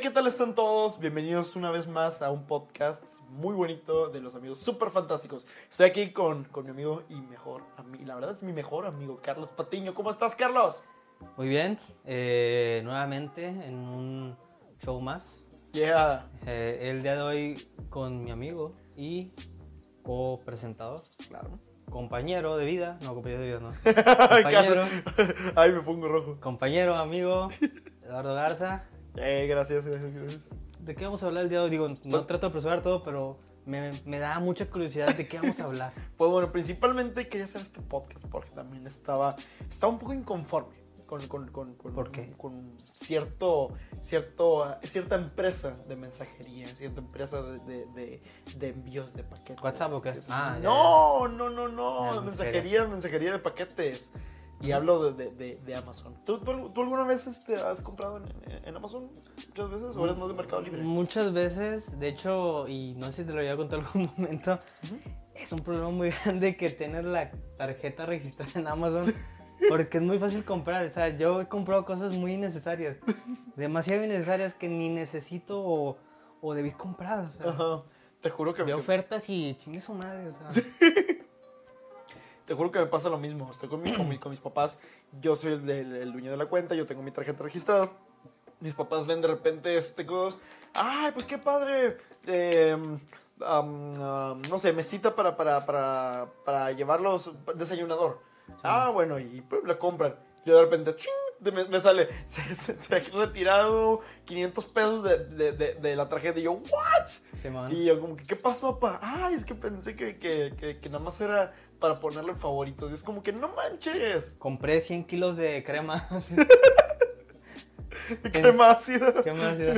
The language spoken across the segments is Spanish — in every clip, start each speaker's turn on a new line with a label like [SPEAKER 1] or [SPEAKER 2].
[SPEAKER 1] ¿qué tal están todos? Bienvenidos una vez más a un podcast muy bonito de los amigos super fantásticos. Estoy aquí con, con mi amigo y mejor amigo, la verdad es mi mejor amigo, Carlos Patiño. ¿Cómo estás, Carlos?
[SPEAKER 2] Muy bien, eh, nuevamente en un show más.
[SPEAKER 1] Yeah.
[SPEAKER 2] Eh, el día de hoy con mi amigo y co-presentador,
[SPEAKER 1] Claro.
[SPEAKER 2] compañero de vida, no compañero de vida, no. Compañero,
[SPEAKER 1] Ay, me pongo rojo.
[SPEAKER 2] compañero, amigo, Eduardo Garza.
[SPEAKER 1] Eh, gracias, gracias, gracias.
[SPEAKER 2] ¿De qué vamos a hablar el día de hoy? Digo, no trato de apresurar todo, pero me, me da mucha curiosidad de qué vamos a hablar.
[SPEAKER 1] Pues bueno, principalmente quería hacer este podcast porque también estaba, estaba un poco inconforme con, con, con, con-
[SPEAKER 2] ¿Por qué?
[SPEAKER 1] con cierto, cierto, cierta empresa de mensajería, cierta empresa de, de- de- de envíos de paquetes.
[SPEAKER 2] ¿WhatsApp o qué? Ah, ya,
[SPEAKER 1] no, no, no, no,
[SPEAKER 2] Ah,
[SPEAKER 1] mensajería, mensajería de paquetes. Y hablo de, de- de- de Amazon. ¿Tú, tú, tú alguna vez este, has comprado en, en Amazon? ¿Muchas veces? ¿O eres más de Mercado Libre?
[SPEAKER 2] Muchas veces, de hecho, y no sé si te lo había contado en algún momento,
[SPEAKER 1] Ujú.
[SPEAKER 2] es un problema muy grande que tener la tarjeta registrada en Amazon. Porque es muy fácil comprar, o sea, yo he comprado cosas muy innecesarias, demasiado innecesarias que ni necesito o, o debí comprar. O sea,
[SPEAKER 1] Ajá. Te juro que...
[SPEAKER 2] veo
[SPEAKER 1] que-
[SPEAKER 2] ofertas y chingue su madre, o sea,
[SPEAKER 1] Te juro que me pasa lo mismo. Estoy con, mi- con mi- con mis papás. Yo soy el, del- el dueño de la cuenta. Yo tengo mi tarjeta registrada. Mis papás ven de repente este cosas. ¡Ay, pues qué padre! Eh, am, am, no sé, mesita para, para, para, para llevarlos desayunador. Ah, bueno, y pues, la compran. Yo de repente, ¡ching! de- Me, me sale, se, se- se ha retirado 500 pesos de, de- de- de la tarjeta. Y yo, ¿what?
[SPEAKER 2] se me van.
[SPEAKER 1] Y yo como que, ¿qué pasó, pa? Ay, es que pensé que, que, que, que nada más era para ponerlo en favoritos. Y es como que, no manches,
[SPEAKER 2] Compré 100 kilos de crema. o sea,
[SPEAKER 1] crema ácida.
[SPEAKER 2] ¿Qué más? da?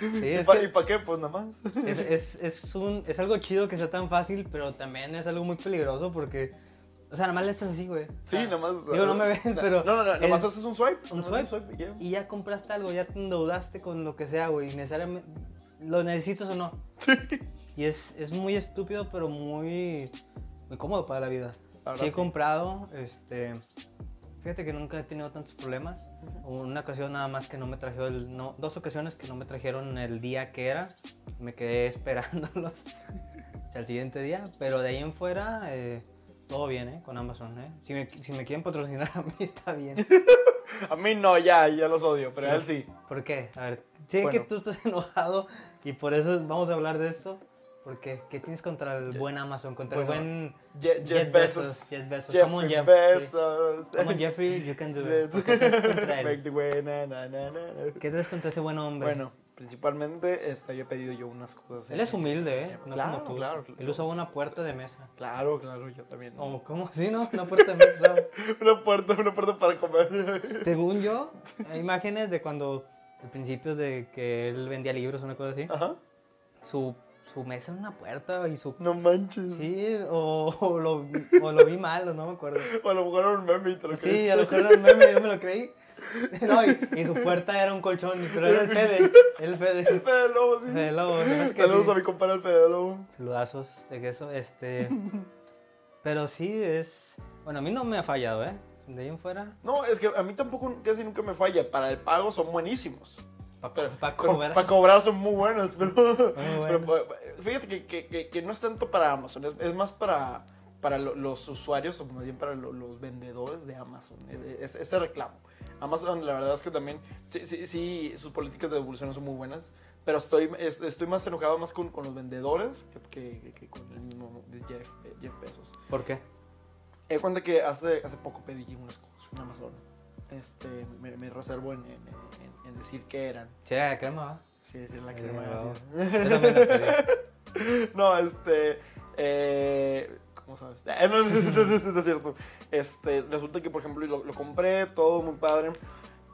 [SPEAKER 2] Sí,
[SPEAKER 1] ¿Y
[SPEAKER 2] es
[SPEAKER 1] para
[SPEAKER 2] que-
[SPEAKER 1] qué? Pues nada más.
[SPEAKER 2] Es, es, es, un, es algo chido que sea tan fácil, pero también es algo muy peligroso porque. O sea, nada más le estás así, güey. O
[SPEAKER 1] Sí,
[SPEAKER 2] sea,
[SPEAKER 1] nada más.
[SPEAKER 2] Digo, no me ven,
[SPEAKER 1] na-
[SPEAKER 2] pero.
[SPEAKER 1] No, no, no, nada
[SPEAKER 2] es-
[SPEAKER 1] más haces un swipe.
[SPEAKER 2] un
[SPEAKER 1] nada más
[SPEAKER 2] swipe.
[SPEAKER 1] y ya.
[SPEAKER 2] Y ya compraste algo, ya te endeudaste con lo que sea, güey. y Necesariamente. ¿Lo necesitas o no? Y es, es muy estúpido, pero muy. Muy cómodo para la vida.
[SPEAKER 1] La verdad,
[SPEAKER 2] sí, he
[SPEAKER 1] sí.
[SPEAKER 2] comprado, este. Fíjate que nunca he tenido tantos problemas. Una ocasión nada más que no me trajeron, el- no, dos ocasiones que no me trajeron el día que era. Me quedé esperándolos hasta el siguiente día. Pero de ahí en fuera, eh, todo bien, ¿eh? Con Amazon, ¿eh? Si me, si me quieren patrocinar a mí, está bien.
[SPEAKER 1] A mí no, ya, ya los odio, pero a él sí.
[SPEAKER 2] ¿Por qué? A ver, sé que
[SPEAKER 1] Bueno.
[SPEAKER 2] tú estás enojado y por eso vamos a hablar de esto. ¿Por qué? ¿Qué tienes contra el buen Amazon? Contra el
[SPEAKER 1] Bueno,
[SPEAKER 2] buen...
[SPEAKER 1] Je- Jeff, Bezos.
[SPEAKER 2] Jeff Bezos.
[SPEAKER 1] Jeff
[SPEAKER 2] Come on, Jeff.
[SPEAKER 1] Bezos.
[SPEAKER 2] Come on, Jeffrey, you can do it.
[SPEAKER 1] Let's-
[SPEAKER 2] ¿Por ¿Qué tienes contra
[SPEAKER 1] Make
[SPEAKER 2] él?
[SPEAKER 1] the way, na, na, na, na, na.
[SPEAKER 2] ¿Qué tienes contra ese buen hombre?
[SPEAKER 1] Bueno, principalmente este, yo he pedido yo unas cosas.
[SPEAKER 2] Él es
[SPEAKER 1] en-
[SPEAKER 2] humilde, ¿eh? No
[SPEAKER 1] Claro,
[SPEAKER 2] como tú.
[SPEAKER 1] claro,
[SPEAKER 2] Él
[SPEAKER 1] claro.
[SPEAKER 2] usaba una puerta de mesa.
[SPEAKER 1] Claro, claro, yo también.
[SPEAKER 2] ¿O cómo así, no? Una puerta de mesa.
[SPEAKER 1] Una puerta, una puerta para comer.
[SPEAKER 2] Según yo, hay imágenes de cuando... Al principio de que él vendía libros o una cosa así.
[SPEAKER 1] Ajá.
[SPEAKER 2] Su, su mesa era una puerta y su
[SPEAKER 1] No manches.
[SPEAKER 2] Sí, o, o lo, o lo vi mal, o no me acuerdo.
[SPEAKER 1] O a lo mejor era un meme y te lo
[SPEAKER 2] Sí, a lo mejor era un meme, yo me lo creí. No, y, y su puerta era un colchón, pero era el Fede. El
[SPEAKER 1] El
[SPEAKER 2] Fede.
[SPEAKER 1] Fede Lobo, sí.
[SPEAKER 2] El Fede Lobo. nada más que
[SPEAKER 1] Saludos
[SPEAKER 2] sí.
[SPEAKER 1] a mi compadre el Fede Lobo.
[SPEAKER 2] Saludazos de queso, este. Pero sí, es. Bueno, a mí no me ha fallado, ¿eh? De ahí en fuera.
[SPEAKER 1] No, es que a mí tampoco casi nunca me falla. Para el pago son buenísimos.
[SPEAKER 2] Pa-
[SPEAKER 1] Pero
[SPEAKER 2] pa-
[SPEAKER 1] co-
[SPEAKER 2] cobrar.
[SPEAKER 1] pa' cobrar son muy buenos. Pero, pero,
[SPEAKER 2] buenos.
[SPEAKER 1] pa- fíjate que, que- que- que no es tanto para Amazon, es, es más para, para lo- los usuarios o más bien para lo- los vendedores de Amazon. e, Es- es- Ese reclamo. Amazon, la verdad es que también, sí, sí, sí, sus políticas de devolución son muy buenas. Pero estoy, es- estoy más enojado más con, con los vendedores que, que- que con el mismo Jeff, eh, Jeff Bezos.
[SPEAKER 2] ¿Por qué?
[SPEAKER 1] Me di cuenta que hace, hace poco pedí unas cosas en Amazon. Este, me, me reservo en, en- en- en decir qué eran.
[SPEAKER 2] Sí, era de crema, ¿va?
[SPEAKER 1] Sí, sí, la
[SPEAKER 2] Eh,
[SPEAKER 1] crema
[SPEAKER 2] wow.
[SPEAKER 1] ácida.
[SPEAKER 2] Yo también la pedí.
[SPEAKER 1] No, este. Eh, ¿Cómo sabes? Eh, no, no, no, no, no, no es cierto. Este, resulta que, por ejemplo, lo, lo compré, todo muy padre.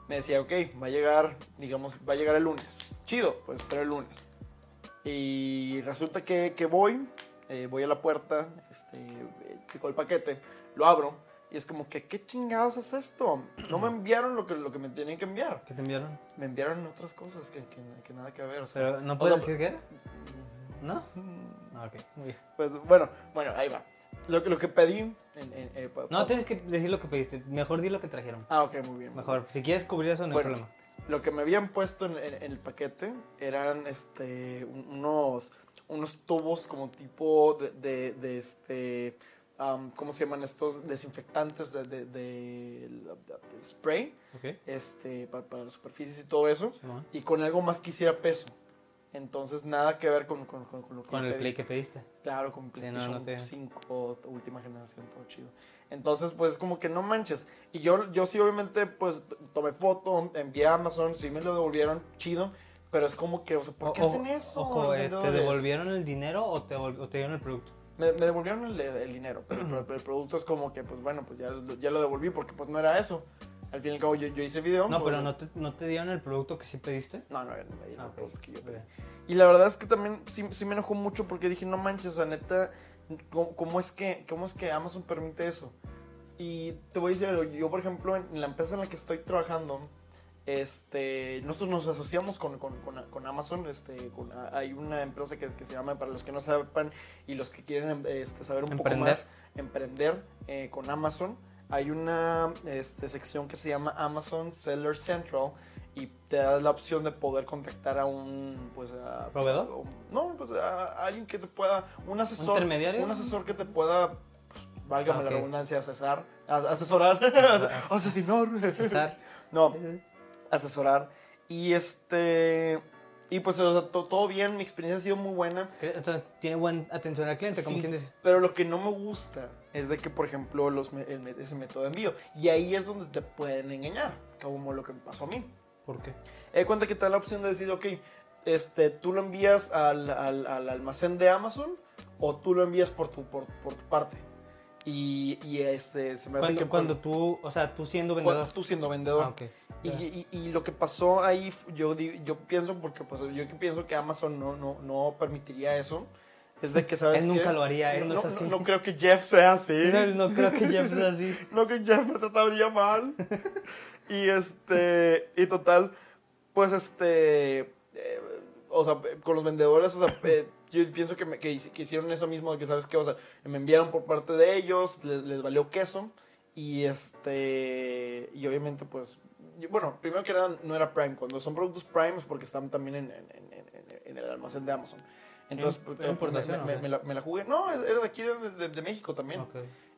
[SPEAKER 1] Me decía, ok, va a llegar, digamos, va a llegar el lunes. Chido, pues espero el lunes. Y resulta que, que voy, eh, voy a la puerta, este, eh, checo el paquete, lo abro. Y es como que, ¿qué chingados es esto? No me enviaron lo que, lo que me tienen que enviar.
[SPEAKER 2] ¿Qué te enviaron?
[SPEAKER 1] Me enviaron otras cosas que, que- que nada que ver. O sea,
[SPEAKER 2] Pero, ¿no
[SPEAKER 1] o
[SPEAKER 2] puedes
[SPEAKER 1] sea, mm,
[SPEAKER 2] decir qué era? ¿No? Ah, ok, muy bien.
[SPEAKER 1] pues bueno, bueno, ahí va. Lo, que- lo que pedí. en- en- eh, pa-
[SPEAKER 2] No,
[SPEAKER 1] pa-
[SPEAKER 2] tienes que decir lo que pediste. Mejor di lo que trajeron.
[SPEAKER 1] Ah, ok, muy bien.
[SPEAKER 2] Mejor, si quieres cubrir eso, no hay
[SPEAKER 1] Bueno.
[SPEAKER 2] problema.
[SPEAKER 1] Lo que me habían puesto en, en- en el paquete eran este, un- unos, unos tubos como tipo de, de- de, este, am, ¿cómo se llaman estos? Desinfectantes de, de- de- de spray
[SPEAKER 2] Ok.
[SPEAKER 1] este, pa- para, las superficies y todo eso.
[SPEAKER 2] Simón.
[SPEAKER 1] Y con algo más que hiciera peso. Entonces nada que ver con, con, con- con lo que
[SPEAKER 2] Con el
[SPEAKER 1] pedí.
[SPEAKER 2] play que pediste.
[SPEAKER 1] Claro, con
[SPEAKER 2] Sí, no,
[SPEAKER 1] PlayStation
[SPEAKER 2] no te-
[SPEAKER 1] 5, última generación, todo chido. Entonces, pues como que no manches. Y yo, yo sí, obviamente, pues tomé foto, envié a Amazon, sí me lo devolvieron, chido. Pero es como que, o sea, ¿por qué
[SPEAKER 2] O-
[SPEAKER 1] hacen
[SPEAKER 2] ojo,
[SPEAKER 1] eso?
[SPEAKER 2] Ojo, eh, ¿te
[SPEAKER 1] vendedores?
[SPEAKER 2] devolvieron el dinero o te, vol- o te dieron el producto?
[SPEAKER 1] Me, me devolvieron el, el dinero, pero, pero- pero el producto es como que, pues bueno, pues ya, lo- ya lo devolví porque pues no era eso. Al fin y al cabo yo, yo hice video.
[SPEAKER 2] No,
[SPEAKER 1] pues,
[SPEAKER 2] pero no te, no te dieron el producto que sí pediste.
[SPEAKER 1] No, no, no me dieron
[SPEAKER 2] Ah,
[SPEAKER 1] el
[SPEAKER 2] ok.
[SPEAKER 1] producto que yo pedí.
[SPEAKER 2] Ok.
[SPEAKER 1] Y la verdad es que también sí, sí me enojó mucho porque dije, no manches, o sea, neta, ¿cómo, cómo es que, ¿cómo es que Amazon permite eso? Y te voy a decir algo, yo por ejemplo, en la empresa en la que estoy trabajando, este, nosotros nos asociamos con, con- con- con Amazon, este, con- hay una empresa que, que se llama, para los que no sepan y los que quieren este, saber un poco
[SPEAKER 2] Emprender.
[SPEAKER 1] más, emprender eh, con Amazon. Hay una este, sección que se llama Amazon Seller Central y te da la opción de poder contactar a un pues a-
[SPEAKER 2] ¿Proveedor?
[SPEAKER 1] o- no, pues a, a alguien que te pueda un asesor,
[SPEAKER 2] intermediario?
[SPEAKER 1] un asesor que te pueda pues, válgame
[SPEAKER 2] Ah,
[SPEAKER 1] la
[SPEAKER 2] ok.
[SPEAKER 1] redundancia asesar, as- asesorar, asesinar,
[SPEAKER 2] César.
[SPEAKER 1] no, asesorar y este y pues o sea, to- todo bien, mi experiencia ha sido muy buena.
[SPEAKER 2] Que- Entonces, tiene buena atención al cliente, como
[SPEAKER 1] Sí,
[SPEAKER 2] quien dice.
[SPEAKER 1] Pero lo que no me gusta es de que, por ejemplo, los me- el me- ese método de envío. Y ahí es donde te pueden engañar, como lo que me pasó a mí.
[SPEAKER 2] ¿Por qué?
[SPEAKER 1] He de cuenta que te da la opción de decir, ok, este, tú lo envías al, al- al almacén de Amazon o tú lo envías por tu, por, por tu parte. Y, y, este, se me hace
[SPEAKER 2] Cuando,
[SPEAKER 1] que...
[SPEAKER 2] cuando tú, o sea, tú siendo
[SPEAKER 1] cuando
[SPEAKER 2] vendedor.
[SPEAKER 1] tú siendo vendedor.
[SPEAKER 2] Ah, ok.
[SPEAKER 1] Y, y- y lo que pasó ahí, f- yo, di- yo pienso, porque pues, yo que pienso que Amazon no, no, no permitiría eso, es de que, ¿sabes
[SPEAKER 2] Él nunca
[SPEAKER 1] qué?
[SPEAKER 2] lo haría, él
[SPEAKER 1] no,
[SPEAKER 2] no es
[SPEAKER 1] no-
[SPEAKER 2] así.
[SPEAKER 1] no creo que Jeff sea así.
[SPEAKER 2] No, no creo que ya sea así.
[SPEAKER 1] No que Jeff me trataría mal. y este, y total, pues este, eh, o sea, con los vendedores, o sea, eh, yo pienso que, me- que hic- que hicieron eso mismo, de que sabes qué, o sea, me enviaron por parte de ellos, le- les, valió queso. Y este, y obviamente pues, yo- bueno, primero que nada no era Prime, cuando son productos Prime es porque están también en, en- en- en- en el almacén de Amazon. Entonces,
[SPEAKER 2] ¿Era
[SPEAKER 1] pues,
[SPEAKER 2] importación
[SPEAKER 1] me,
[SPEAKER 2] o
[SPEAKER 1] me-
[SPEAKER 2] qué?
[SPEAKER 1] me la, me la jugué. No, era de aquí, de, de- de México también.
[SPEAKER 2] Ok.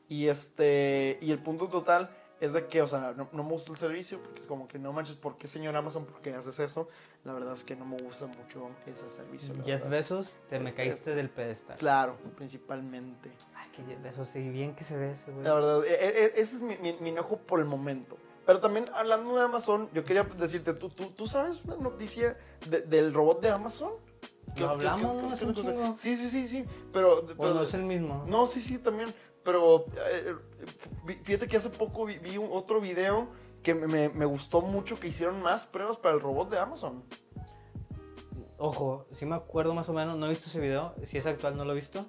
[SPEAKER 1] Y este. Y el punto total es de que, o sea, no, no me gusta el servicio. Porque es como que no manches, ¿por qué señor Amazon? ¿Por qué haces eso? La verdad es que no me gusta mucho ese servicio. la
[SPEAKER 2] Jeff
[SPEAKER 1] verdad.
[SPEAKER 2] Bezos, te me
[SPEAKER 1] Es-
[SPEAKER 2] caíste del pedestal.
[SPEAKER 1] Claro, principalmente.
[SPEAKER 2] Ay, que Jeff Bezos, sí, bien que se ve ese güey.
[SPEAKER 1] La verdad, e- e- e- ese es mi, mi- mi enojo por el momento. Pero también hablando de Amazon, yo quería decirte, ¿tú, tú, tú sabes una noticia de- del robot de Amazon?
[SPEAKER 2] Lo hablamos hace un
[SPEAKER 1] cosa?
[SPEAKER 2] chingo.
[SPEAKER 1] Sí, sí, sí, sí. Pero,
[SPEAKER 2] O
[SPEAKER 1] pero-
[SPEAKER 2] no es el mismo.
[SPEAKER 1] No, sí, sí, también. Pero eh, vi- fíjate que hace poco vi, vi un- otro video que me, me- me gustó mucho que hicieron más pruebas para el robot de Amazon.
[SPEAKER 2] Ojo, si me acuerdo más o menos, no he visto ese video, si es actual no lo he visto.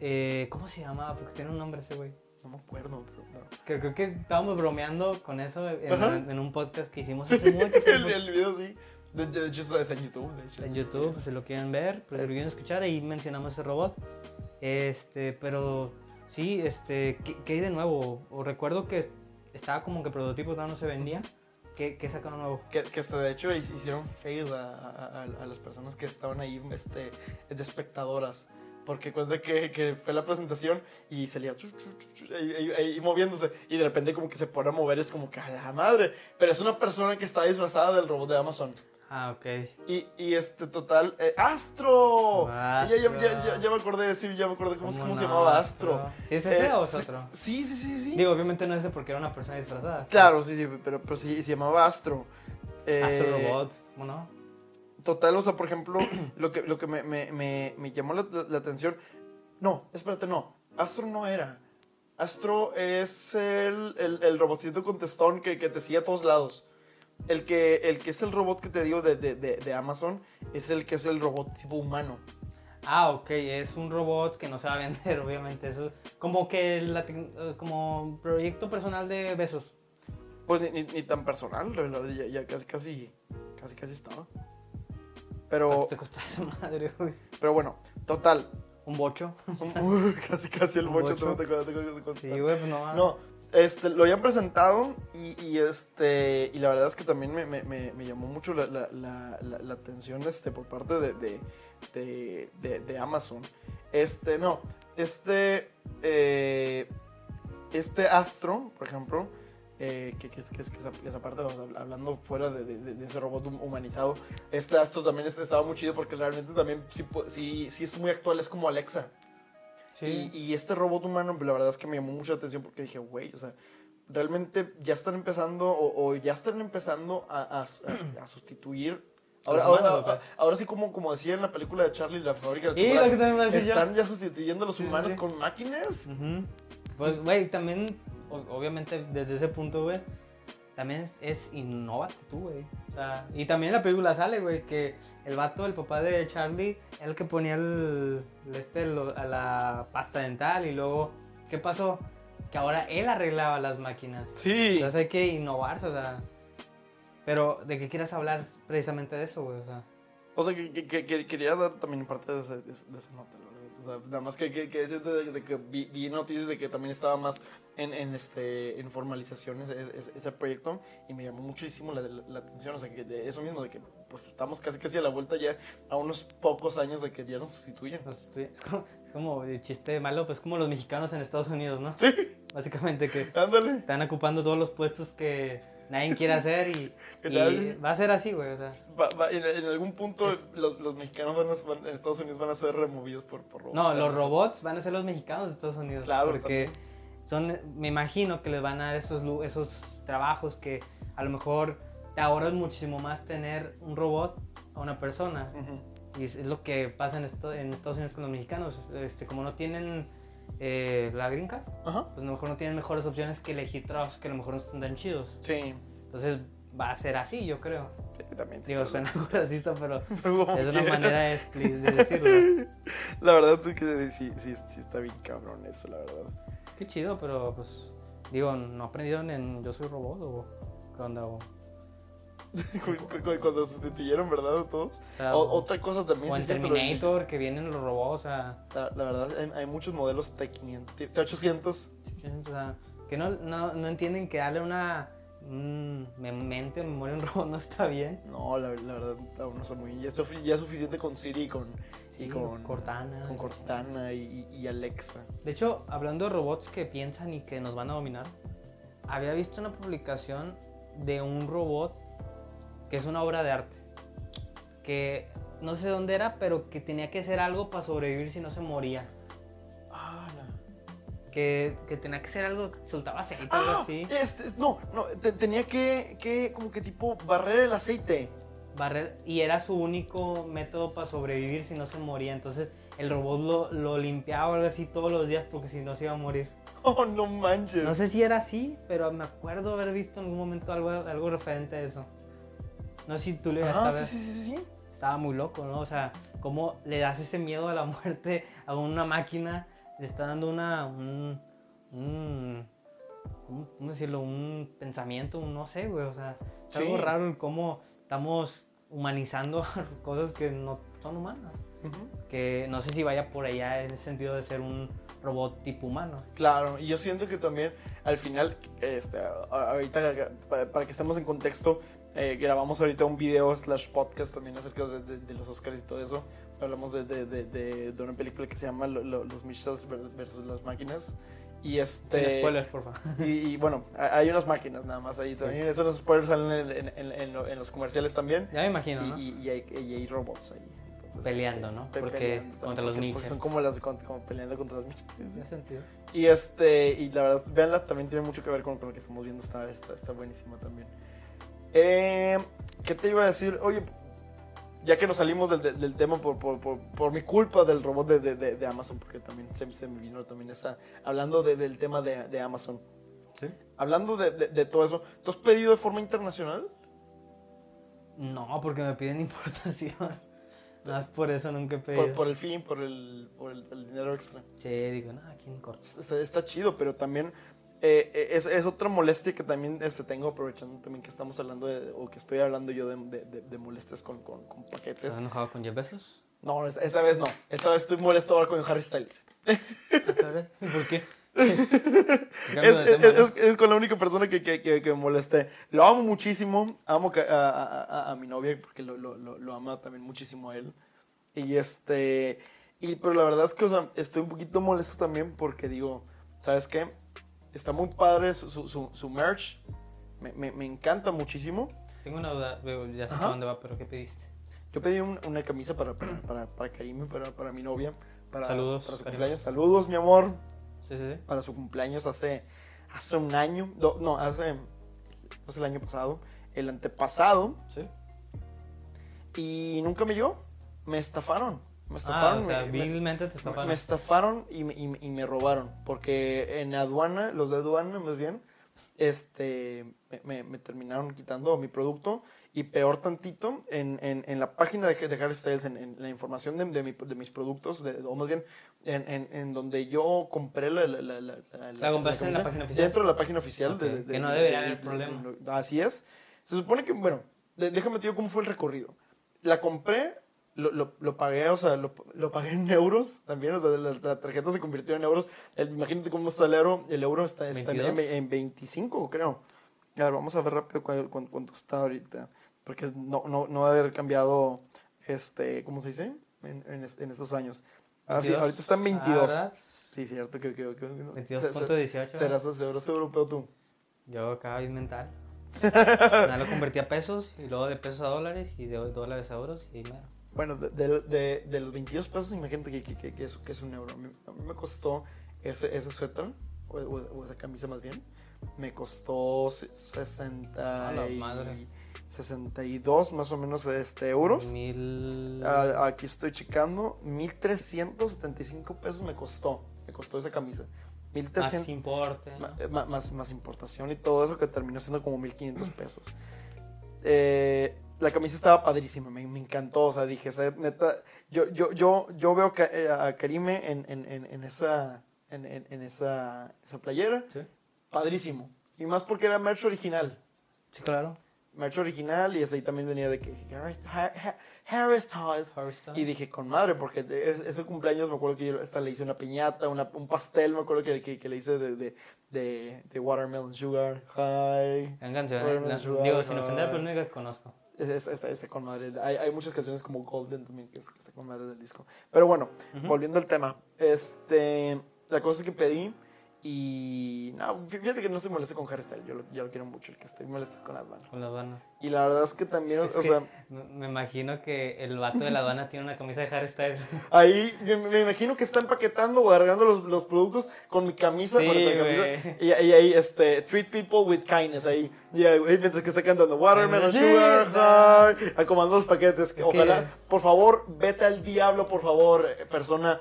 [SPEAKER 2] Eh, ¿Cómo se llama? Porque tiene un nombre ese güey.
[SPEAKER 1] No me acuerdo, pero no.
[SPEAKER 2] Que- Creo, que estábamos bromeando con eso en,
[SPEAKER 1] Ajá.
[SPEAKER 2] en un podcast que hicimos hace mucho tiempo.
[SPEAKER 1] el, el video sí. De, de hecho, está- está en YouTube. De hecho.
[SPEAKER 2] En YouTube, pues, si lo quieren ver, pues, si lo quieren escuchar, ahí mencionamos ese robot. Este, pero sí, este, ¿qué, qué hay de nuevo? O recuerdo que estaba como que prototipo todavía no se vendía. ¿Qué, qué sacaron nuevo?
[SPEAKER 1] Que, que hasta de hecho hic- hicieron fail a, a- a- a las personas que estaban ahí este, de espectadoras. Porque cuenta que, que fue la presentación y salía chu, chu, chu, chu, ahí- ahí- ahí moviéndose. Y de repente como que se pone a mover, es como que a la madre. Pero es una persona que está disfrazada del robot de Amazon.
[SPEAKER 2] Ah, ok.
[SPEAKER 1] Y, y este total... eh, ¡Astro! Ya,
[SPEAKER 2] Astro.
[SPEAKER 1] ya, ya- ya- ya me acordé de sí, ya me acordé cómo,
[SPEAKER 2] ¿Cómo
[SPEAKER 1] cómo se
[SPEAKER 2] no,
[SPEAKER 1] llamaba Astro.
[SPEAKER 2] ¿Sí es ese
[SPEAKER 1] Eh,
[SPEAKER 2] o es
[SPEAKER 1] sí-
[SPEAKER 2] otro?
[SPEAKER 1] Sí, sí, sí, sí.
[SPEAKER 2] Digo, obviamente no es ese porque era una persona disfrazada.
[SPEAKER 1] Claro, sí, sí, pero, pero sí, se llamaba Astro. Eh,
[SPEAKER 2] Astro Robot, ¿cómo no?
[SPEAKER 1] Total, o sea, por ejemplo, lo que, lo que me, me- me- me llamó la, la- la atención. No, espérate, no. Astro no era. Astro es el, el, el robotcito contestón que, que te sigue a todos lados. El que, el que es el robot que te digo de, de- de- de Amazon es el que es el robot tipo humano.
[SPEAKER 2] Ah, ok, es un robot que no se va a vender, obviamente. Eso como que la tec- eh, como proyecto personal de Besos.
[SPEAKER 1] Pues ni, ni- ni tan personal, la verdad, ya, ya casi, casi, casi, casi estaba. Pero,
[SPEAKER 2] te costó esa madre, güey?
[SPEAKER 1] pero bueno, total.
[SPEAKER 2] ¿Un bocho?
[SPEAKER 1] casi, casi el
[SPEAKER 2] Un
[SPEAKER 1] bocho.
[SPEAKER 2] bocho.
[SPEAKER 1] te- te- te- te- te- te-
[SPEAKER 2] Sí, güey, pues no.
[SPEAKER 1] No, Este, lo habían presentado y, y, este, y la verdad es que también me, me- me- me llamó mucho la, la- la- la- la atención este, por parte de, de- de- de- de Amazon. Este, no, este, eh, este Astro, por ejemplo, eh, que, que es, que es- que esa, que esa parte, o sea, hablando fuera de, de- de- de ese robot hum- humanizado, este Astro también es- estaba muy chido porque realmente también sí, pu- sí, sí es muy actual, es como Alexa.
[SPEAKER 2] Sí.
[SPEAKER 1] Y, y este robot humano, la verdad es que me llamó mucha atención porque dije, güey, o sea, realmente ya están empezando o, o ya están empezando a, a- a- a sustituir. Ahora,
[SPEAKER 2] Los
[SPEAKER 1] ahora,
[SPEAKER 2] humanos,
[SPEAKER 1] ahora-
[SPEAKER 2] o sea.
[SPEAKER 1] ahora sí, como, como decía en la película de Charlie, la fábrica de
[SPEAKER 2] Y lo que
[SPEAKER 1] chocolate,
[SPEAKER 2] también me decía
[SPEAKER 1] están ya sustituyendo a los
[SPEAKER 2] Sí, sí,
[SPEAKER 1] humanos
[SPEAKER 2] sí.
[SPEAKER 1] con máquinas.
[SPEAKER 2] Ujú. Pues, güey, también, o- obviamente, desde ese punto, güey, también es, es innóvate tú, güey. O sea, y también en la película sale, güey, que el vato, el papá de Charlie, era el que ponía el, el este, lo- a la pasta dental y luego, ¿qué pasó? Que ahora él arreglaba las máquinas.
[SPEAKER 1] Sí,
[SPEAKER 2] Entonces hay que innovarse, o sea. Pero, ¿de qué quieras hablar precisamente de eso, güey? O sea,
[SPEAKER 1] o sea, que, que- que- que quería dar también parte de ese- de ese- de esa nota, la verdad. O sea, nada más que, que, que decirte de, de que vi, vi noticias de que también estaba más en, en, este, en formalización ese, ese- ese proyecto y me llamó muchísimo la, la- la atención, o sea, que de eso mismo, de que pues, estamos casi casi a la vuelta ya a unos pocos años de que ya nos sustituyen.
[SPEAKER 2] los estu- es como, es como el chiste malo, pues como los mexicanos en Estados Unidos, ¿no?
[SPEAKER 1] Sí,
[SPEAKER 2] Básicamente que
[SPEAKER 1] ándale.
[SPEAKER 2] están ocupando todos los puestos que nadie quiere hacer y,
[SPEAKER 1] Que
[SPEAKER 2] y
[SPEAKER 1] nadie-
[SPEAKER 2] va a ser así, güey. O sea,
[SPEAKER 1] Va- va- en, en algún punto los, los mexicanos van a- van- en Estados Unidos van a ser removidos por, por robots.
[SPEAKER 2] no, los robots van a ser los mexicanos de Estados Unidos.
[SPEAKER 1] Claro,
[SPEAKER 2] Porque son, me imagino que les van a dar esos, lu- esos trabajos que a lo mejor te ahorras muchísimo más tener un robot a una persona.
[SPEAKER 1] Ujú.
[SPEAKER 2] Y es es lo que pasa en, esto- en Estados Unidos con los mexicanos. Este, como no tienen eh, la gringa,
[SPEAKER 1] Ajá.
[SPEAKER 2] pues a lo mejor no tienen mejores opciones que elegir trabajos que a lo mejor no están tan chidos.
[SPEAKER 1] Sí,
[SPEAKER 2] Entonces va a ser así, yo creo.
[SPEAKER 1] sí, también. sí,
[SPEAKER 2] Digo,
[SPEAKER 1] claro.
[SPEAKER 2] suena algo racista, pero
[SPEAKER 1] Pero como
[SPEAKER 2] es una
[SPEAKER 1] quiera.
[SPEAKER 2] manera de, expli- de decirlo.
[SPEAKER 1] La verdad es que sí, sí, sí está bien cabrón eso, la verdad.
[SPEAKER 2] Qué chido, pero pues, digo, no aprendieron en Yo soy robot o qué onda, o,
[SPEAKER 1] Cu- cu- cu- Cuando sustituyeron, ¿verdad? A todos.
[SPEAKER 2] o sea,
[SPEAKER 1] O-
[SPEAKER 2] o-
[SPEAKER 1] otra cosa también.
[SPEAKER 2] Ah, o
[SPEAKER 1] sí
[SPEAKER 2] en
[SPEAKER 1] es cierto, lo de-
[SPEAKER 2] Terminator, que vienen los robots, o sea,
[SPEAKER 1] La, la verdad, hay, hay muchos modelos T500, T800.
[SPEAKER 2] o sea, que no, no, no entienden que darle una mm, me- mente, memoria a un robot no está bien.
[SPEAKER 1] No, la, la verdad, aún no son muy. Ya es, sufi- ya es suficiente con Siri y con,
[SPEAKER 2] Sí,
[SPEAKER 1] y con
[SPEAKER 2] Cortana.
[SPEAKER 1] con Cortana y, y Alexa.
[SPEAKER 2] De hecho, hablando de robots que piensan y que nos van a dominar, había visto una publicación de un robot que es una obra de arte. Que no sé dónde era, pero que tenía que hacer algo para sobrevivir si no se moría.
[SPEAKER 1] Ah, la-
[SPEAKER 2] Que, que tenía que hacer algo que soltaba aceite o algo
[SPEAKER 1] Ah,
[SPEAKER 2] así.
[SPEAKER 1] este, es- no, no, te- tenía que, que, como que tipo, barrer el aceite.
[SPEAKER 2] Barrer- y era su único método para sobrevivir si no se moría. Entonces el robot lo, lo limpiaba o algo así todos los días porque si no se iba a morir.
[SPEAKER 1] Oh, no manches.
[SPEAKER 2] No sé si era así, pero me acuerdo haber visto en algún momento algo, algo referente a eso. No sé si tú le das a
[SPEAKER 1] ah,
[SPEAKER 2] ver.
[SPEAKER 1] sí, sí, sí, sí.
[SPEAKER 2] Estaba muy loco, ¿no? O sea, cómo le das ese miedo a la muerte a una máquina, le está dando una. un. un- ¿cómo, cómo decirlo? Un pensamiento, un no sé, güey. O sea, es algo
[SPEAKER 1] Sí.
[SPEAKER 2] raro el cómo estamos humanizando cosas que no son humanas.
[SPEAKER 1] Ujú.
[SPEAKER 2] Que no sé si vaya por allá en ese sentido de ser un robot tipo humano.
[SPEAKER 1] Claro, y yo siento que también al final, este, a- ahorita pa- para que estemos en contexto, eh, grabamos ahorita un video slash podcast también acerca de, de- de los Oscars y todo eso. Hablamos de, de- de- de- de una película que se llama Lo- Lo- Los Mitchells ver- versus las máquinas. Y
[SPEAKER 2] Sin
[SPEAKER 1] este.
[SPEAKER 2] spoilers, por favor.
[SPEAKER 1] Y, y bueno, a- hay unas máquinas nada más ahí también. Esos los spoilers salen en, en- en- en lo- en los comerciales también.
[SPEAKER 2] Ya me imagino,
[SPEAKER 1] Y,
[SPEAKER 2] ¿no?
[SPEAKER 1] y- y hay, y hay robots ahí. Entonces, este,
[SPEAKER 2] Peleando, ¿no?
[SPEAKER 1] pe-
[SPEAKER 2] Porque
[SPEAKER 1] peleando también,
[SPEAKER 2] contra los
[SPEAKER 1] porque- porque Son
[SPEAKER 2] Mitchells.
[SPEAKER 1] como las cont- como peleando contra los Mitchells. sí, sí.
[SPEAKER 2] Tiene sentido.
[SPEAKER 1] Y este, y la verdad, véanla, también tiene mucho que ver con, con lo que estamos viendo, está, está, está buenísima también. Eh, ¿Qué te iba a decir? Oye, ya que nos salimos del, del- del tema por, por, por- por mi culpa del robot de, de- de- de Amazon, porque también se, se me vino también esa, hablando de- del tema de, de Amazon. Hablando de, de- de todo eso, ¿tú has pedido de forma internacional?
[SPEAKER 2] No, porque me piden importación. Más por eso nunca he pedido.
[SPEAKER 1] Por, por el fin, por el, por el- el dinero extra.
[SPEAKER 2] Sí, digo, no, aquí en corto.
[SPEAKER 1] Está, está chido, pero también eh, eh, es, es otra molestia que también este, tengo aprovechando también que estamos hablando de- o que estoy hablando yo de, de- de- de molestias con, con- con paquetes.
[SPEAKER 2] ¿Estás enojado con Jeff Bezos?
[SPEAKER 1] No, esta, esta vez no. Esta vez estoy molesto ahora con Harry Styles.
[SPEAKER 2] Ah, caray, ¿Por qué?
[SPEAKER 1] Es,
[SPEAKER 2] Cambiando de
[SPEAKER 1] es-
[SPEAKER 2] tema, ¿no?
[SPEAKER 1] es- es con la única persona que, que, que- que me molesté. Lo amo muchísimo. Amo ca- a, a- a- a mi novia porque lo, lo- lo- lo ama también muchísimo a él. Y este. Y, pero la verdad es que, o sea, estoy un poquito molesto también porque digo, ¿sabes qué? Está muy padre su, su, su- su merch. Me, me- me encanta muchísimo.
[SPEAKER 2] Tengo una duda, veo, ya sé
[SPEAKER 1] Ajá.
[SPEAKER 2] para dónde va, pero ¿qué pediste?
[SPEAKER 1] Yo pedí un- una camisa para, para, para, para Karim, y para, para mi novia. Para,
[SPEAKER 2] Saludos,
[SPEAKER 1] para su
[SPEAKER 2] Karim.
[SPEAKER 1] cumpleaños. Saludos, mi amor.
[SPEAKER 2] Sí, sí, sí.
[SPEAKER 1] para su cumpleaños hace, hace un año, do- no, hace, hace el año pasado, el antepasado,
[SPEAKER 2] ¿Sí?
[SPEAKER 1] y nunca me llegó. Me estafaron. Me
[SPEAKER 2] Ah,
[SPEAKER 1] estafaron.
[SPEAKER 2] o sea,
[SPEAKER 1] me- me,
[SPEAKER 2] vilmente te estafaron.
[SPEAKER 1] me estafaron y me, y me- y me robaron. Porque en aduana, los de aduana más bien, este, me, me- me terminaron quitando mi producto. Y peor tantito, en, en- en la página de, de Harry Styles, en, en la información de, de mi- de mis productos, de, o más bien, en, en- en donde yo compré la... ¿La, la, la, la-
[SPEAKER 2] ¿La compraste en la
[SPEAKER 1] camisa,
[SPEAKER 2] página oficial?
[SPEAKER 1] Dentro de la página oficial. de-
[SPEAKER 2] Ok,
[SPEAKER 1] de- de-
[SPEAKER 2] que no
[SPEAKER 1] de-
[SPEAKER 2] debería
[SPEAKER 1] de-
[SPEAKER 2] haber
[SPEAKER 1] de-
[SPEAKER 2] problema.
[SPEAKER 1] de- así es. Se supone que, bueno, de- déjame te digo cómo fue el recorrido. La compré, lo, lo- lo pagué, o sea, lo, lo pagué en euros también, o sea, la, la tarjeta se convirtió en euros. El- imagínate cómo está el euro, el euro está, está en,
[SPEAKER 2] 22.
[SPEAKER 1] en 25, creo. A ver, vamos a ver rápido cuál- cuán- cuánto está ahorita, porque no, no, no va a haber cambiado, este, ¿cómo se dice? En, en, es- en estos años. Ah, sí,
[SPEAKER 2] 22.
[SPEAKER 1] ahorita está en 22.
[SPEAKER 2] Ah, ¿verdad?
[SPEAKER 1] sí, cierto, creo que...
[SPEAKER 2] 22.18.
[SPEAKER 1] Serás euros europeo tú.
[SPEAKER 2] Yo acá bien mental. Nada, lo convertí a pesos y luego de pesos a dólares y de dólares a euros y mero.
[SPEAKER 1] Bueno, de, de- de- de los 22 pesos, imagínate que, que, que- que es, que es un euro. A mí, a mí me costó ese, ese suéter, o, o- o esa camisa más bien, me costó se- 60
[SPEAKER 2] A la
[SPEAKER 1] y-
[SPEAKER 2] madre.
[SPEAKER 1] 62 más o menos este, euros. Ah,
[SPEAKER 2] Mil...
[SPEAKER 1] A- aquí estoy checando, 1375 pesos me costó, me costó esa camisa.
[SPEAKER 2] Más
[SPEAKER 1] 1300,
[SPEAKER 2] importe. ¿no?
[SPEAKER 1] ma- eh, ma- más, más importación y todo eso que terminó siendo como 1500 pesos. Eh, la camisa estaba padrísima, me, me encantó, o sea, dije, o sea, neta, yo, yo, yo, yo veo ca- eh, a Karime en, en- en- en esa, en, en- en esa, esa playera,
[SPEAKER 2] Sí.
[SPEAKER 1] padrísimo. Y más porque era merch original,
[SPEAKER 2] Sí, claro.
[SPEAKER 1] merch original y desde ahí también venía de que Harry Ha- Ha- Harry Styles.
[SPEAKER 2] Harvest
[SPEAKER 1] Y dije, con madre, porque de- es- ese cumpleaños me acuerdo que yo hasta le hice una piñata, una- un pastel, me acuerdo que, que- que le hice de, de, de- de Watermelon Sugar. Hi.
[SPEAKER 2] Gran canción,
[SPEAKER 1] Bueno,
[SPEAKER 2] ¿eh? La-
[SPEAKER 1] ayudado,
[SPEAKER 2] digo, sin
[SPEAKER 1] ¿no?
[SPEAKER 2] ofender, pero no que conozco.
[SPEAKER 1] Es- es- Está está con madre. Hay, hay muchas canciones como Golden también que es- que está con madre del disco. Pero bueno,
[SPEAKER 2] Ujú.
[SPEAKER 1] volviendo al tema. Este, la cosa que pedí y... No, fíjate que no estoy molesto con Hairstyle, yo lo, yo lo quiero mucho, el que estoy molesto es con Advan.
[SPEAKER 2] Con la aduana.
[SPEAKER 1] Y la verdad es que también,
[SPEAKER 2] Es
[SPEAKER 1] o
[SPEAKER 2] que
[SPEAKER 1] sea...
[SPEAKER 2] me- Me imagino que el vato de la aduana tiene una camisa de Harry Styles.
[SPEAKER 1] Ahí me, me imagino que está empaquetando o agarrando los, los productos con mi camisa.
[SPEAKER 2] Sí,
[SPEAKER 1] con la camisa.
[SPEAKER 2] güey.
[SPEAKER 1] Y, y ahí, este, treat people with kindness ahí. Y ahí, güey, mientras que está cantando Watermelon,
[SPEAKER 2] Sí,
[SPEAKER 1] Sugar,
[SPEAKER 2] no.
[SPEAKER 1] Heart, acomodando los paquetes. que
[SPEAKER 2] Es que-
[SPEAKER 1] Ojalá, por favor, vete al diablo, por favor, eh, persona.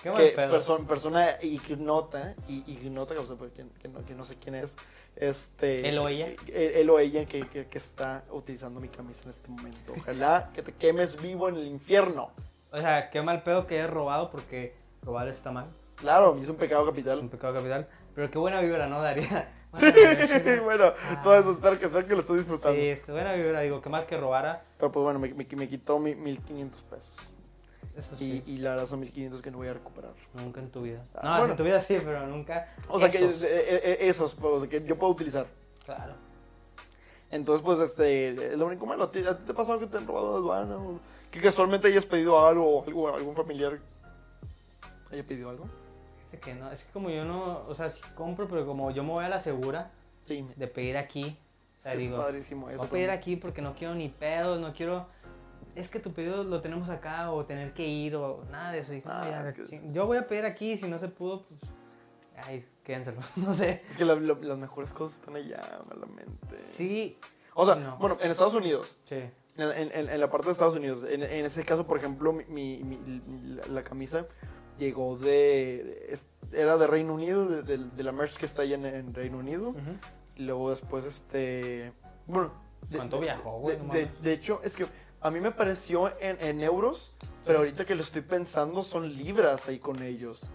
[SPEAKER 2] Qué
[SPEAKER 1] que,
[SPEAKER 2] mal pedo.
[SPEAKER 1] perso- persona ignota, y- ignota, o sea, pues, que, que no, que no sé quién es. Este,
[SPEAKER 2] Él o ella.
[SPEAKER 1] Él, él o ella que, que- que está utilizando mi camisa en este momento. Ojalá que te quemes vivo en el infierno.
[SPEAKER 2] O sea, qué mal pedo que hayas robado porque robar está mal.
[SPEAKER 1] Claro, y es un pecado
[SPEAKER 2] Es un
[SPEAKER 1] capital.
[SPEAKER 2] pecado capital. Pero qué buena vibra, ¿no, Daría?
[SPEAKER 1] Sí, bueno, todo eso, espero que, espero que lo estés disfrutando.
[SPEAKER 2] Sí, este, buena vibra. Digo, qué mal que robara.
[SPEAKER 1] Pero pues bueno, me, me- me quitó mi 1500 pesos.
[SPEAKER 2] Eso
[SPEAKER 1] Y-
[SPEAKER 2] Pues sí.
[SPEAKER 1] Y, la verdad son 1500 que no voy a recuperar.
[SPEAKER 2] Nunca en tu vida.
[SPEAKER 1] Ah,
[SPEAKER 2] No,
[SPEAKER 1] bueno.
[SPEAKER 2] en tu vida sí, pero nunca.
[SPEAKER 1] O sea,
[SPEAKER 2] esos.
[SPEAKER 1] que eh, eh, eh, esos, pues, o sea, que yo puedo utilizar.
[SPEAKER 2] Claro.
[SPEAKER 1] Entonces, pues, este, es lo único malo. ¿A ti, a ti te ha pasado que te han robado de aduana? O que casualmente hayas pedido algo o algo, algún familiar haya pedido algo.
[SPEAKER 2] Fíjate que no. Es que como yo no. O sea, sí compro, pero como yo me voy a la segura
[SPEAKER 1] Sí, me-
[SPEAKER 2] de pedir aquí. O sea,
[SPEAKER 1] es que es
[SPEAKER 2] digo,
[SPEAKER 1] padrísimo eso.
[SPEAKER 2] Voy a pedir
[SPEAKER 1] también.
[SPEAKER 2] aquí porque no quiero ni pedos, no quiero. Es que tu pedido lo tenemos acá o tener que ir o nada de eso. Dije,
[SPEAKER 1] Ah,
[SPEAKER 2] "No, ya,
[SPEAKER 1] es que-
[SPEAKER 2] ching- Yo voy a pedir aquí, si no se pudo, pues. Ay, quédenselo, no sé.
[SPEAKER 1] Es que la- la- las mejores cosas están allá, malamente.
[SPEAKER 2] Sí,
[SPEAKER 1] O sea,
[SPEAKER 2] No.
[SPEAKER 1] bueno, en Estados Unidos,
[SPEAKER 2] sí.
[SPEAKER 1] En, en- en- en la parte de Estados Unidos. En, en ese caso, por ejemplo, mi, mi- mi- la, la camisa llegó de. es- era de Reino Unido, de, de- de la merch que está allá en, en Reino Unido. Y luego después, este. Bueno. de-
[SPEAKER 2] ¿Cuánto
[SPEAKER 1] de-
[SPEAKER 2] viajó, güey?
[SPEAKER 1] de-
[SPEAKER 2] No
[SPEAKER 1] de,
[SPEAKER 2] mames.
[SPEAKER 1] de hecho, es que a mí me pareció en, en euros, pero ahorita que lo estoy pensando, son libras ahí con ellos.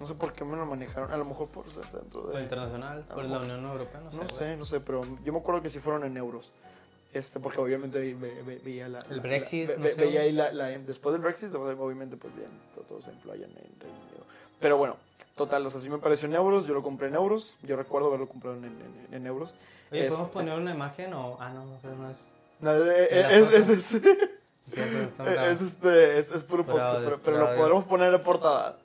[SPEAKER 1] No sé por qué me lo manejaron. A lo mejor por ser dentro
[SPEAKER 2] Por
[SPEAKER 1] de.
[SPEAKER 2] internacional,
[SPEAKER 1] a lo
[SPEAKER 2] por la
[SPEAKER 1] mejor-
[SPEAKER 2] Unión Europea, no sé.
[SPEAKER 1] Ah, No
[SPEAKER 2] güey.
[SPEAKER 1] sé, no sé, pero yo me acuerdo que sí fueron en euros. Este, porque obviamente ve- ve- ve- veía la...
[SPEAKER 2] El
[SPEAKER 1] la-
[SPEAKER 2] Brexit,
[SPEAKER 1] la- ve-
[SPEAKER 2] no
[SPEAKER 1] ve-
[SPEAKER 2] sé.
[SPEAKER 1] Veía ahí la, la- Después del Brexit, obviamente, pues ya to- todos se influyen en Reino Unido. Pero bueno, total, o sea, sí me pareció en euros, yo lo compré en euros, yo recuerdo haberlo comprado en, en- en- en euros.
[SPEAKER 2] Oye, ¿podemos
[SPEAKER 1] Este-
[SPEAKER 2] poner una imagen o.? Ah, no, no sé, no es.
[SPEAKER 1] No, eh,
[SPEAKER 2] En la
[SPEAKER 1] eh,
[SPEAKER 2] foto.
[SPEAKER 1] es, es- es-
[SPEAKER 2] sí, cierto, estamos
[SPEAKER 1] es
[SPEAKER 2] grabando.
[SPEAKER 1] este, es, es puro
[SPEAKER 2] Pura
[SPEAKER 1] podcast,
[SPEAKER 2] audio,
[SPEAKER 1] pero, pero
[SPEAKER 2] pura
[SPEAKER 1] lo
[SPEAKER 2] audio.
[SPEAKER 1] podremos poner en portada.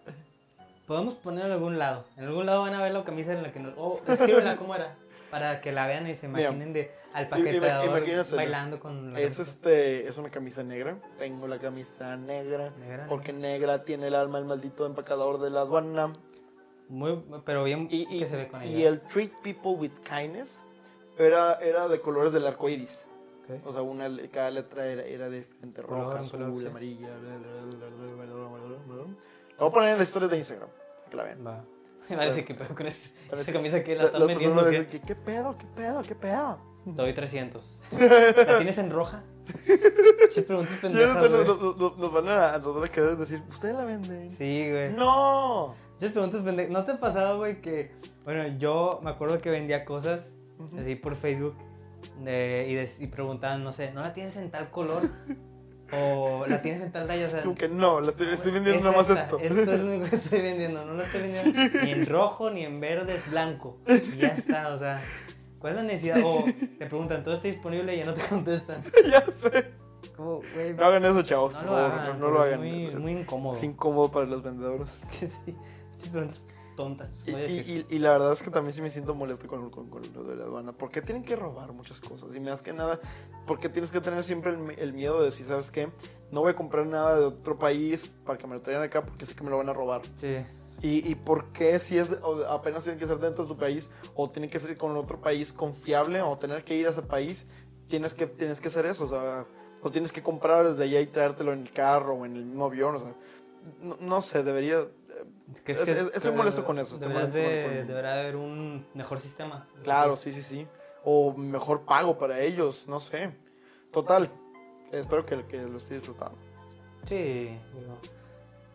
[SPEAKER 2] Podemos poner en algún lado. En algún lado van a ver la camisa en la que nos. Oh, escríbela cómo era. Para que la vean y se
[SPEAKER 1] Mira,
[SPEAKER 2] imaginen de al
[SPEAKER 1] ima-
[SPEAKER 2] paquetador
[SPEAKER 1] imagínense.
[SPEAKER 2] bailando con la
[SPEAKER 1] Es,
[SPEAKER 2] camisa
[SPEAKER 1] este, es una camisa negra, tengo la camisa negra,
[SPEAKER 2] negra, ¿no?
[SPEAKER 1] porque negra tiene el alma el maldito empacador de la aduana.
[SPEAKER 2] Muy, pero bien
[SPEAKER 1] Y, y-
[SPEAKER 2] que se ve con ella.
[SPEAKER 1] y el treat people with kindness era, era de colores del arco iris.
[SPEAKER 2] Ok.
[SPEAKER 1] O sea, una, le- cada letra era, era de diferente
[SPEAKER 2] Color,
[SPEAKER 1] roja,
[SPEAKER 2] un
[SPEAKER 1] azul,
[SPEAKER 2] color, sí.
[SPEAKER 1] amarilla. Bla, bla, bla, bla, bla, bla, bla, bla, bla. Lo voy a poner en las historias de Instagram. para Que la vean.
[SPEAKER 2] Va.
[SPEAKER 1] sea,
[SPEAKER 2] Parece que pedo con ese-
[SPEAKER 1] parece-
[SPEAKER 2] esa camisa que la
[SPEAKER 1] La-
[SPEAKER 2] estás
[SPEAKER 1] las personas
[SPEAKER 2] vendiendo.
[SPEAKER 1] dicen
[SPEAKER 2] que
[SPEAKER 1] que, ¿qué pedo? ¿Qué pedo? ¿Qué pedo?
[SPEAKER 2] Te doy 300. ¿La tienes en roja? Che, preguntas
[SPEAKER 1] Y ahora se
[SPEAKER 2] pendejas.
[SPEAKER 1] nos,
[SPEAKER 2] güey.
[SPEAKER 1] nos- nos- nos van a, nos van a querer decir, ¿ustedes la venden?
[SPEAKER 2] Sí, güey.
[SPEAKER 1] ¡No!
[SPEAKER 2] Yo preguntas pendejas. ¿No te ha pasado, güey, que... Bueno, yo me acuerdo que vendía cosas
[SPEAKER 1] Ujú.
[SPEAKER 2] así por Facebook de- y, des- y preguntaban, no sé, ¿no la tienes en tal color? ¿O la tienes en tal talla? O sea,
[SPEAKER 1] Como que no, la estoy, estoy vendiendo
[SPEAKER 2] es
[SPEAKER 1] nada más
[SPEAKER 2] esta,
[SPEAKER 1] esto.
[SPEAKER 2] Esto es lo único que estoy vendiendo. No lo estoy vendiendo ni en rojo, ni en verde, es blanco. Y ya está, o sea... ¿Cuál es la necesidad? O te preguntan, ¿todo está disponible? Y ya no te contestan.
[SPEAKER 1] ya sé.
[SPEAKER 2] Como, güey,
[SPEAKER 1] No hagan eso, chavos.
[SPEAKER 2] no
[SPEAKER 1] por
[SPEAKER 2] lo
[SPEAKER 1] favor,
[SPEAKER 2] hagan.
[SPEAKER 1] no, no lo
[SPEAKER 2] porque
[SPEAKER 1] hagan.
[SPEAKER 2] Es muy,
[SPEAKER 1] Es-
[SPEAKER 2] muy incómodo.
[SPEAKER 1] Es incómodo para los vendedores.
[SPEAKER 2] Que sí, muchas preguntas tontas.
[SPEAKER 1] Y,
[SPEAKER 2] voy a decir.
[SPEAKER 1] y- y- y la verdad es que también sí me siento molesto con, con, con lo de la aduana. ¿Por qué tienen que robar muchas cosas? Y más que nada, ¿por qué tienes que tener siempre el, mi- el miedo de decir, ¿sabes qué? No voy a comprar nada de otro país para que me lo traigan acá porque sé que me lo van a robar.
[SPEAKER 2] Sí.
[SPEAKER 1] ¿Y, y por qué si es o apenas tienen que ser dentro de tu país o tienen que ser con otro país confiable o tener que ir a ese país? Tienes que, tienes que hacer eso, o sea, o tienes que comprar desde allá y traértelo en el carro o en el mismo avión, o sea, no, no sé, debería...
[SPEAKER 2] ¿Crees
[SPEAKER 1] Es-
[SPEAKER 2] que
[SPEAKER 1] es- estoy
[SPEAKER 2] debe-
[SPEAKER 1] molesto con eso, estoy
[SPEAKER 2] deberías
[SPEAKER 1] molesto
[SPEAKER 2] de-
[SPEAKER 1] con- con-
[SPEAKER 2] Deberá haber un mejor sistema.
[SPEAKER 1] Claro, sí, sí, sí. O mejor pago para ellos, no sé. Total, espero que, que lo esté disfrutando.
[SPEAKER 2] Sí. digo,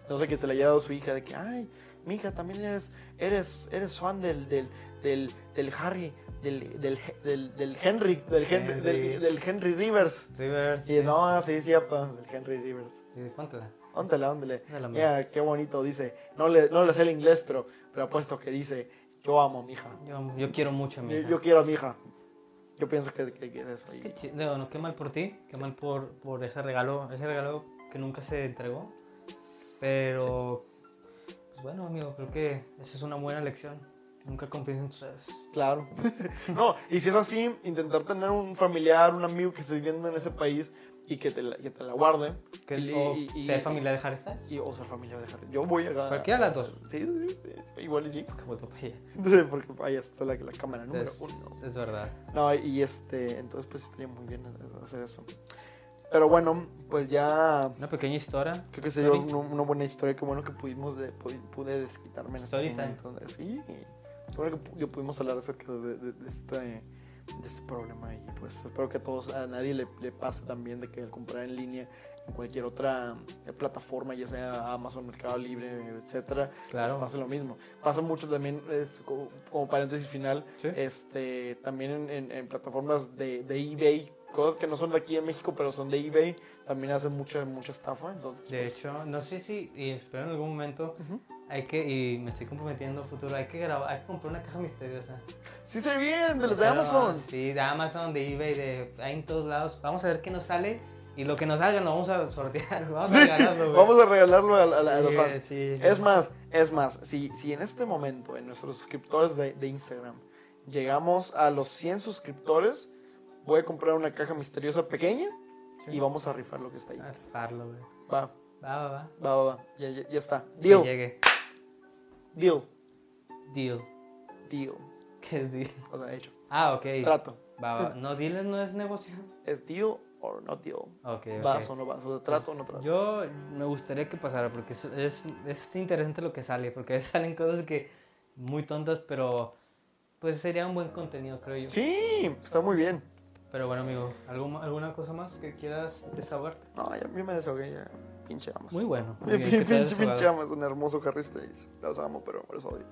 [SPEAKER 1] No sé que se le haya dado a su hija de que, ay, mi hija, también eres, eres, eres fan del, del, del, del Harry, del, del, del, del Henry, del Henry,
[SPEAKER 2] Henry.
[SPEAKER 1] Del, del Henry Rivers.
[SPEAKER 2] Rivers.
[SPEAKER 1] Y no, sí, sí, apa, del Henry Rivers.
[SPEAKER 2] Sí, póntela.
[SPEAKER 1] Óndale, óndale.
[SPEAKER 2] Esa es la mía.
[SPEAKER 1] Mira, qué bonito dice. No le, no le sé el inglés, pero, pero apuesto que dice, yo amo a mi hija.
[SPEAKER 2] Yo, yo quiero mucho a mi
[SPEAKER 1] Yo,
[SPEAKER 2] hija.
[SPEAKER 1] yo quiero a mi hija. Yo pienso que, que- que es eso.
[SPEAKER 2] Es
[SPEAKER 1] Y-
[SPEAKER 2] que chi- digo, no, qué mal por ti, qué mal por, por ese regalo, ese regalo que nunca se entregó. Pero, pues bueno, amigo, creo que esa es una buena lección. Nunca confíes en tus seres.
[SPEAKER 1] Claro. no, y si es así, intentar tener un familiar, un amigo que esté viviendo en ese país y que te la, que te la guarde.
[SPEAKER 2] Que,
[SPEAKER 1] Y-
[SPEAKER 2] o
[SPEAKER 1] y- y-
[SPEAKER 2] ser familiar de Harry Styles.
[SPEAKER 1] Y, o ser familiar de Harry. Yo voy a...
[SPEAKER 2] Cualquiera de las dos.
[SPEAKER 1] Sí, sí, sí, igual y sí.
[SPEAKER 2] Que vuelto para allá.
[SPEAKER 1] Porque ahí está la, la cámara número
[SPEAKER 2] Es,
[SPEAKER 1] uno.
[SPEAKER 2] es verdad.
[SPEAKER 1] No, y este, entonces pues estaría muy bien hacer eso. Pero bueno, pues ya...
[SPEAKER 2] Una pequeña historia.
[SPEAKER 1] Creo que sería
[SPEAKER 2] Story.
[SPEAKER 1] una, una buena historia. Qué bueno que pudimos de- pu- pude desquitarme en
[SPEAKER 2] Story
[SPEAKER 1] este
[SPEAKER 2] time.
[SPEAKER 1] momento. Sí. Qué bueno que, pu- que pudimos hablar acerca de, de- de este, de este problema. Y pues espero que a todos, a nadie le, le pase también de que al comprar en línea en cualquier otra eh, plataforma, ya sea Amazon, Mercado Libre, etcétera,
[SPEAKER 2] Claro.
[SPEAKER 1] les pase lo mismo. Pasa mucho también, es como, como paréntesis final,
[SPEAKER 2] Sí.
[SPEAKER 1] este, también en, en- en plataformas de, de eBay, cosas que no son de aquí en México, pero son de eBay, también hacen mucha, mucha estafa. Entonces,
[SPEAKER 2] De
[SPEAKER 1] pues,
[SPEAKER 2] hecho, no sé si, y espero en algún momento,
[SPEAKER 1] Ujú.
[SPEAKER 2] hay que, y me estoy comprometiendo a futuro, hay que grabar, hay que comprar una caja misteriosa.
[SPEAKER 1] Sí, está bien, de los de
[SPEAKER 2] Pero,
[SPEAKER 1] Amazon.
[SPEAKER 2] Sí, de Amazon, de eBay, de, hay en todos lados. Vamos a ver qué nos sale y lo que nos salga lo vamos a sortear, vamos a
[SPEAKER 1] Sí,
[SPEAKER 2] regalarlo. güey.
[SPEAKER 1] Vamos a regalarlo a, a- a los
[SPEAKER 2] Sí,
[SPEAKER 1] fans.
[SPEAKER 2] sí, sí.
[SPEAKER 1] Es más, es más, si, si en este momento, en nuestros suscriptores de, de Instagram, llegamos a los 100 suscriptores, voy a comprar una caja misteriosa pequeña
[SPEAKER 2] Sí.
[SPEAKER 1] y vamos a rifar lo que está ahí.
[SPEAKER 2] A rifarlo, güey.
[SPEAKER 1] Va,
[SPEAKER 2] Va, va, va.
[SPEAKER 1] va, va, va. Ya, ya- ya está.
[SPEAKER 2] Que
[SPEAKER 1] Deal,
[SPEAKER 2] llegue.
[SPEAKER 1] deal,
[SPEAKER 2] Deal.
[SPEAKER 1] deal.
[SPEAKER 2] ¿Qué es deal?
[SPEAKER 1] O sea, hecho.
[SPEAKER 2] Ah, ok.
[SPEAKER 1] Trato.
[SPEAKER 2] Va, va. No, deal no es negocio.
[SPEAKER 1] ¿Es deal o no deal?
[SPEAKER 2] Ok, ok.
[SPEAKER 1] ¿Vas o no vas? O sea, trato o no trato.
[SPEAKER 2] Yo me gustaría que pasara porque es, es, es interesante lo que sale, porque a veces salen cosas que muy tontas, pero pues sería un buen contenido, creo yo.
[SPEAKER 1] Sí, está muy bien.
[SPEAKER 2] Pero bueno, amigo, ¿algún- ¿alguna cosa más que quieras desahogarte?
[SPEAKER 1] No, ya, yo me desahogué, ya. Pinche Amazon.
[SPEAKER 2] Muy bueno. muy Eh, bien, que
[SPEAKER 1] Pinche,
[SPEAKER 2] te hayas
[SPEAKER 1] pinche, pinche
[SPEAKER 2] desahogado.
[SPEAKER 1] Amazon, hermoso Harry Styles. Los amo, pero los odio.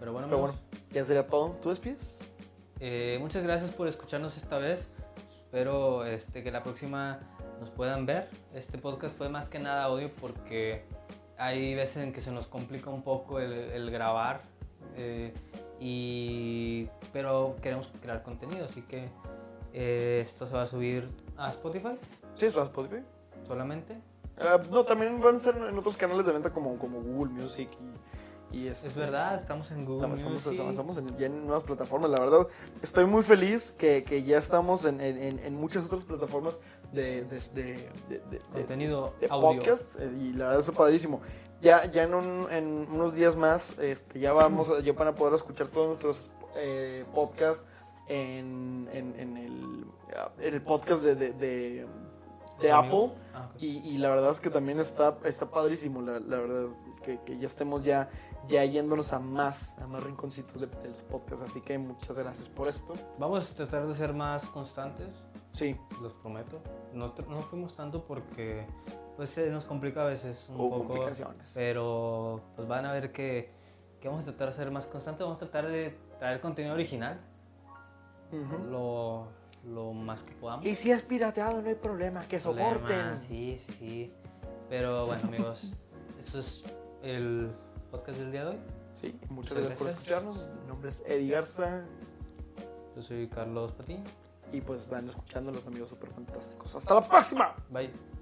[SPEAKER 2] Pero bueno,
[SPEAKER 1] Pero
[SPEAKER 2] amigos,
[SPEAKER 1] bueno, ya sería todo. ¿Tú despides?
[SPEAKER 2] eh, muchas gracias por escucharnos esta vez. Espero este, que la próxima nos puedan ver. Este podcast fue más que nada audio porque hay veces en que se nos complica un poco el, el grabar. eh, y, pero queremos crear contenido, así que eh, esto se va a subir a Spotify
[SPEAKER 1] Sí, es Spotify.
[SPEAKER 2] solamente.
[SPEAKER 1] Ah, no, también van a estar en otros canales de venta como, como Google Music y, y este,
[SPEAKER 2] Es verdad, estamos en Google.
[SPEAKER 1] Estamos, estamos-
[SPEAKER 2] Music.
[SPEAKER 1] estamos- estamos en, ya en nuevas plataformas, la verdad. Estoy muy feliz que, que ya estamos en, en- en- en muchas otras plataformas de, de, de- de- de-
[SPEAKER 2] Contenido
[SPEAKER 1] de
[SPEAKER 2] audio.
[SPEAKER 1] podcast eh, y la verdad es padrísimo. Ya, ya en, un- en unos días más este, ya vamos a- ya van a poder escuchar todos nuestros eh, podcasts en, en- en el, ah, en el podcast de, de- de- de Apple.
[SPEAKER 2] Ah, ok.
[SPEAKER 1] Y, y la verdad es que también está, está padrísimo, la, la verdad, que, que ya estemos ya, ya yéndonos a más, a más rinconcitos de, de los podcasts. Así que muchas gracias por esto.
[SPEAKER 2] Vamos a tratar de ser más constantes,
[SPEAKER 1] Sí,
[SPEAKER 2] los prometo. No, tr- no fuimos tanto porque pues, se nos complica a veces un
[SPEAKER 1] hubo
[SPEAKER 2] poco. Eh,
[SPEAKER 1] complicaciones.
[SPEAKER 2] Pero pues van a ver que, que vamos a tratar de ser más constantes, vamos a tratar de traer contenido original
[SPEAKER 1] Ujú.
[SPEAKER 2] lo, lo más que podamos.
[SPEAKER 1] Y si es pirateado, no hay problema, que soporten.
[SPEAKER 2] Problema, Sí, sí, sí. Pero bueno amigos, eso es el podcast del día de hoy.
[SPEAKER 1] Sí, muchas,
[SPEAKER 2] Muchas
[SPEAKER 1] gracias, por
[SPEAKER 2] gracias.
[SPEAKER 1] escucharnos. Mi nombre es Eddie Garza
[SPEAKER 2] Yo soy Carlos Patiño.
[SPEAKER 1] y pues están escuchando los amigos super fantásticos. ¡Hasta la próxima!
[SPEAKER 2] Bye.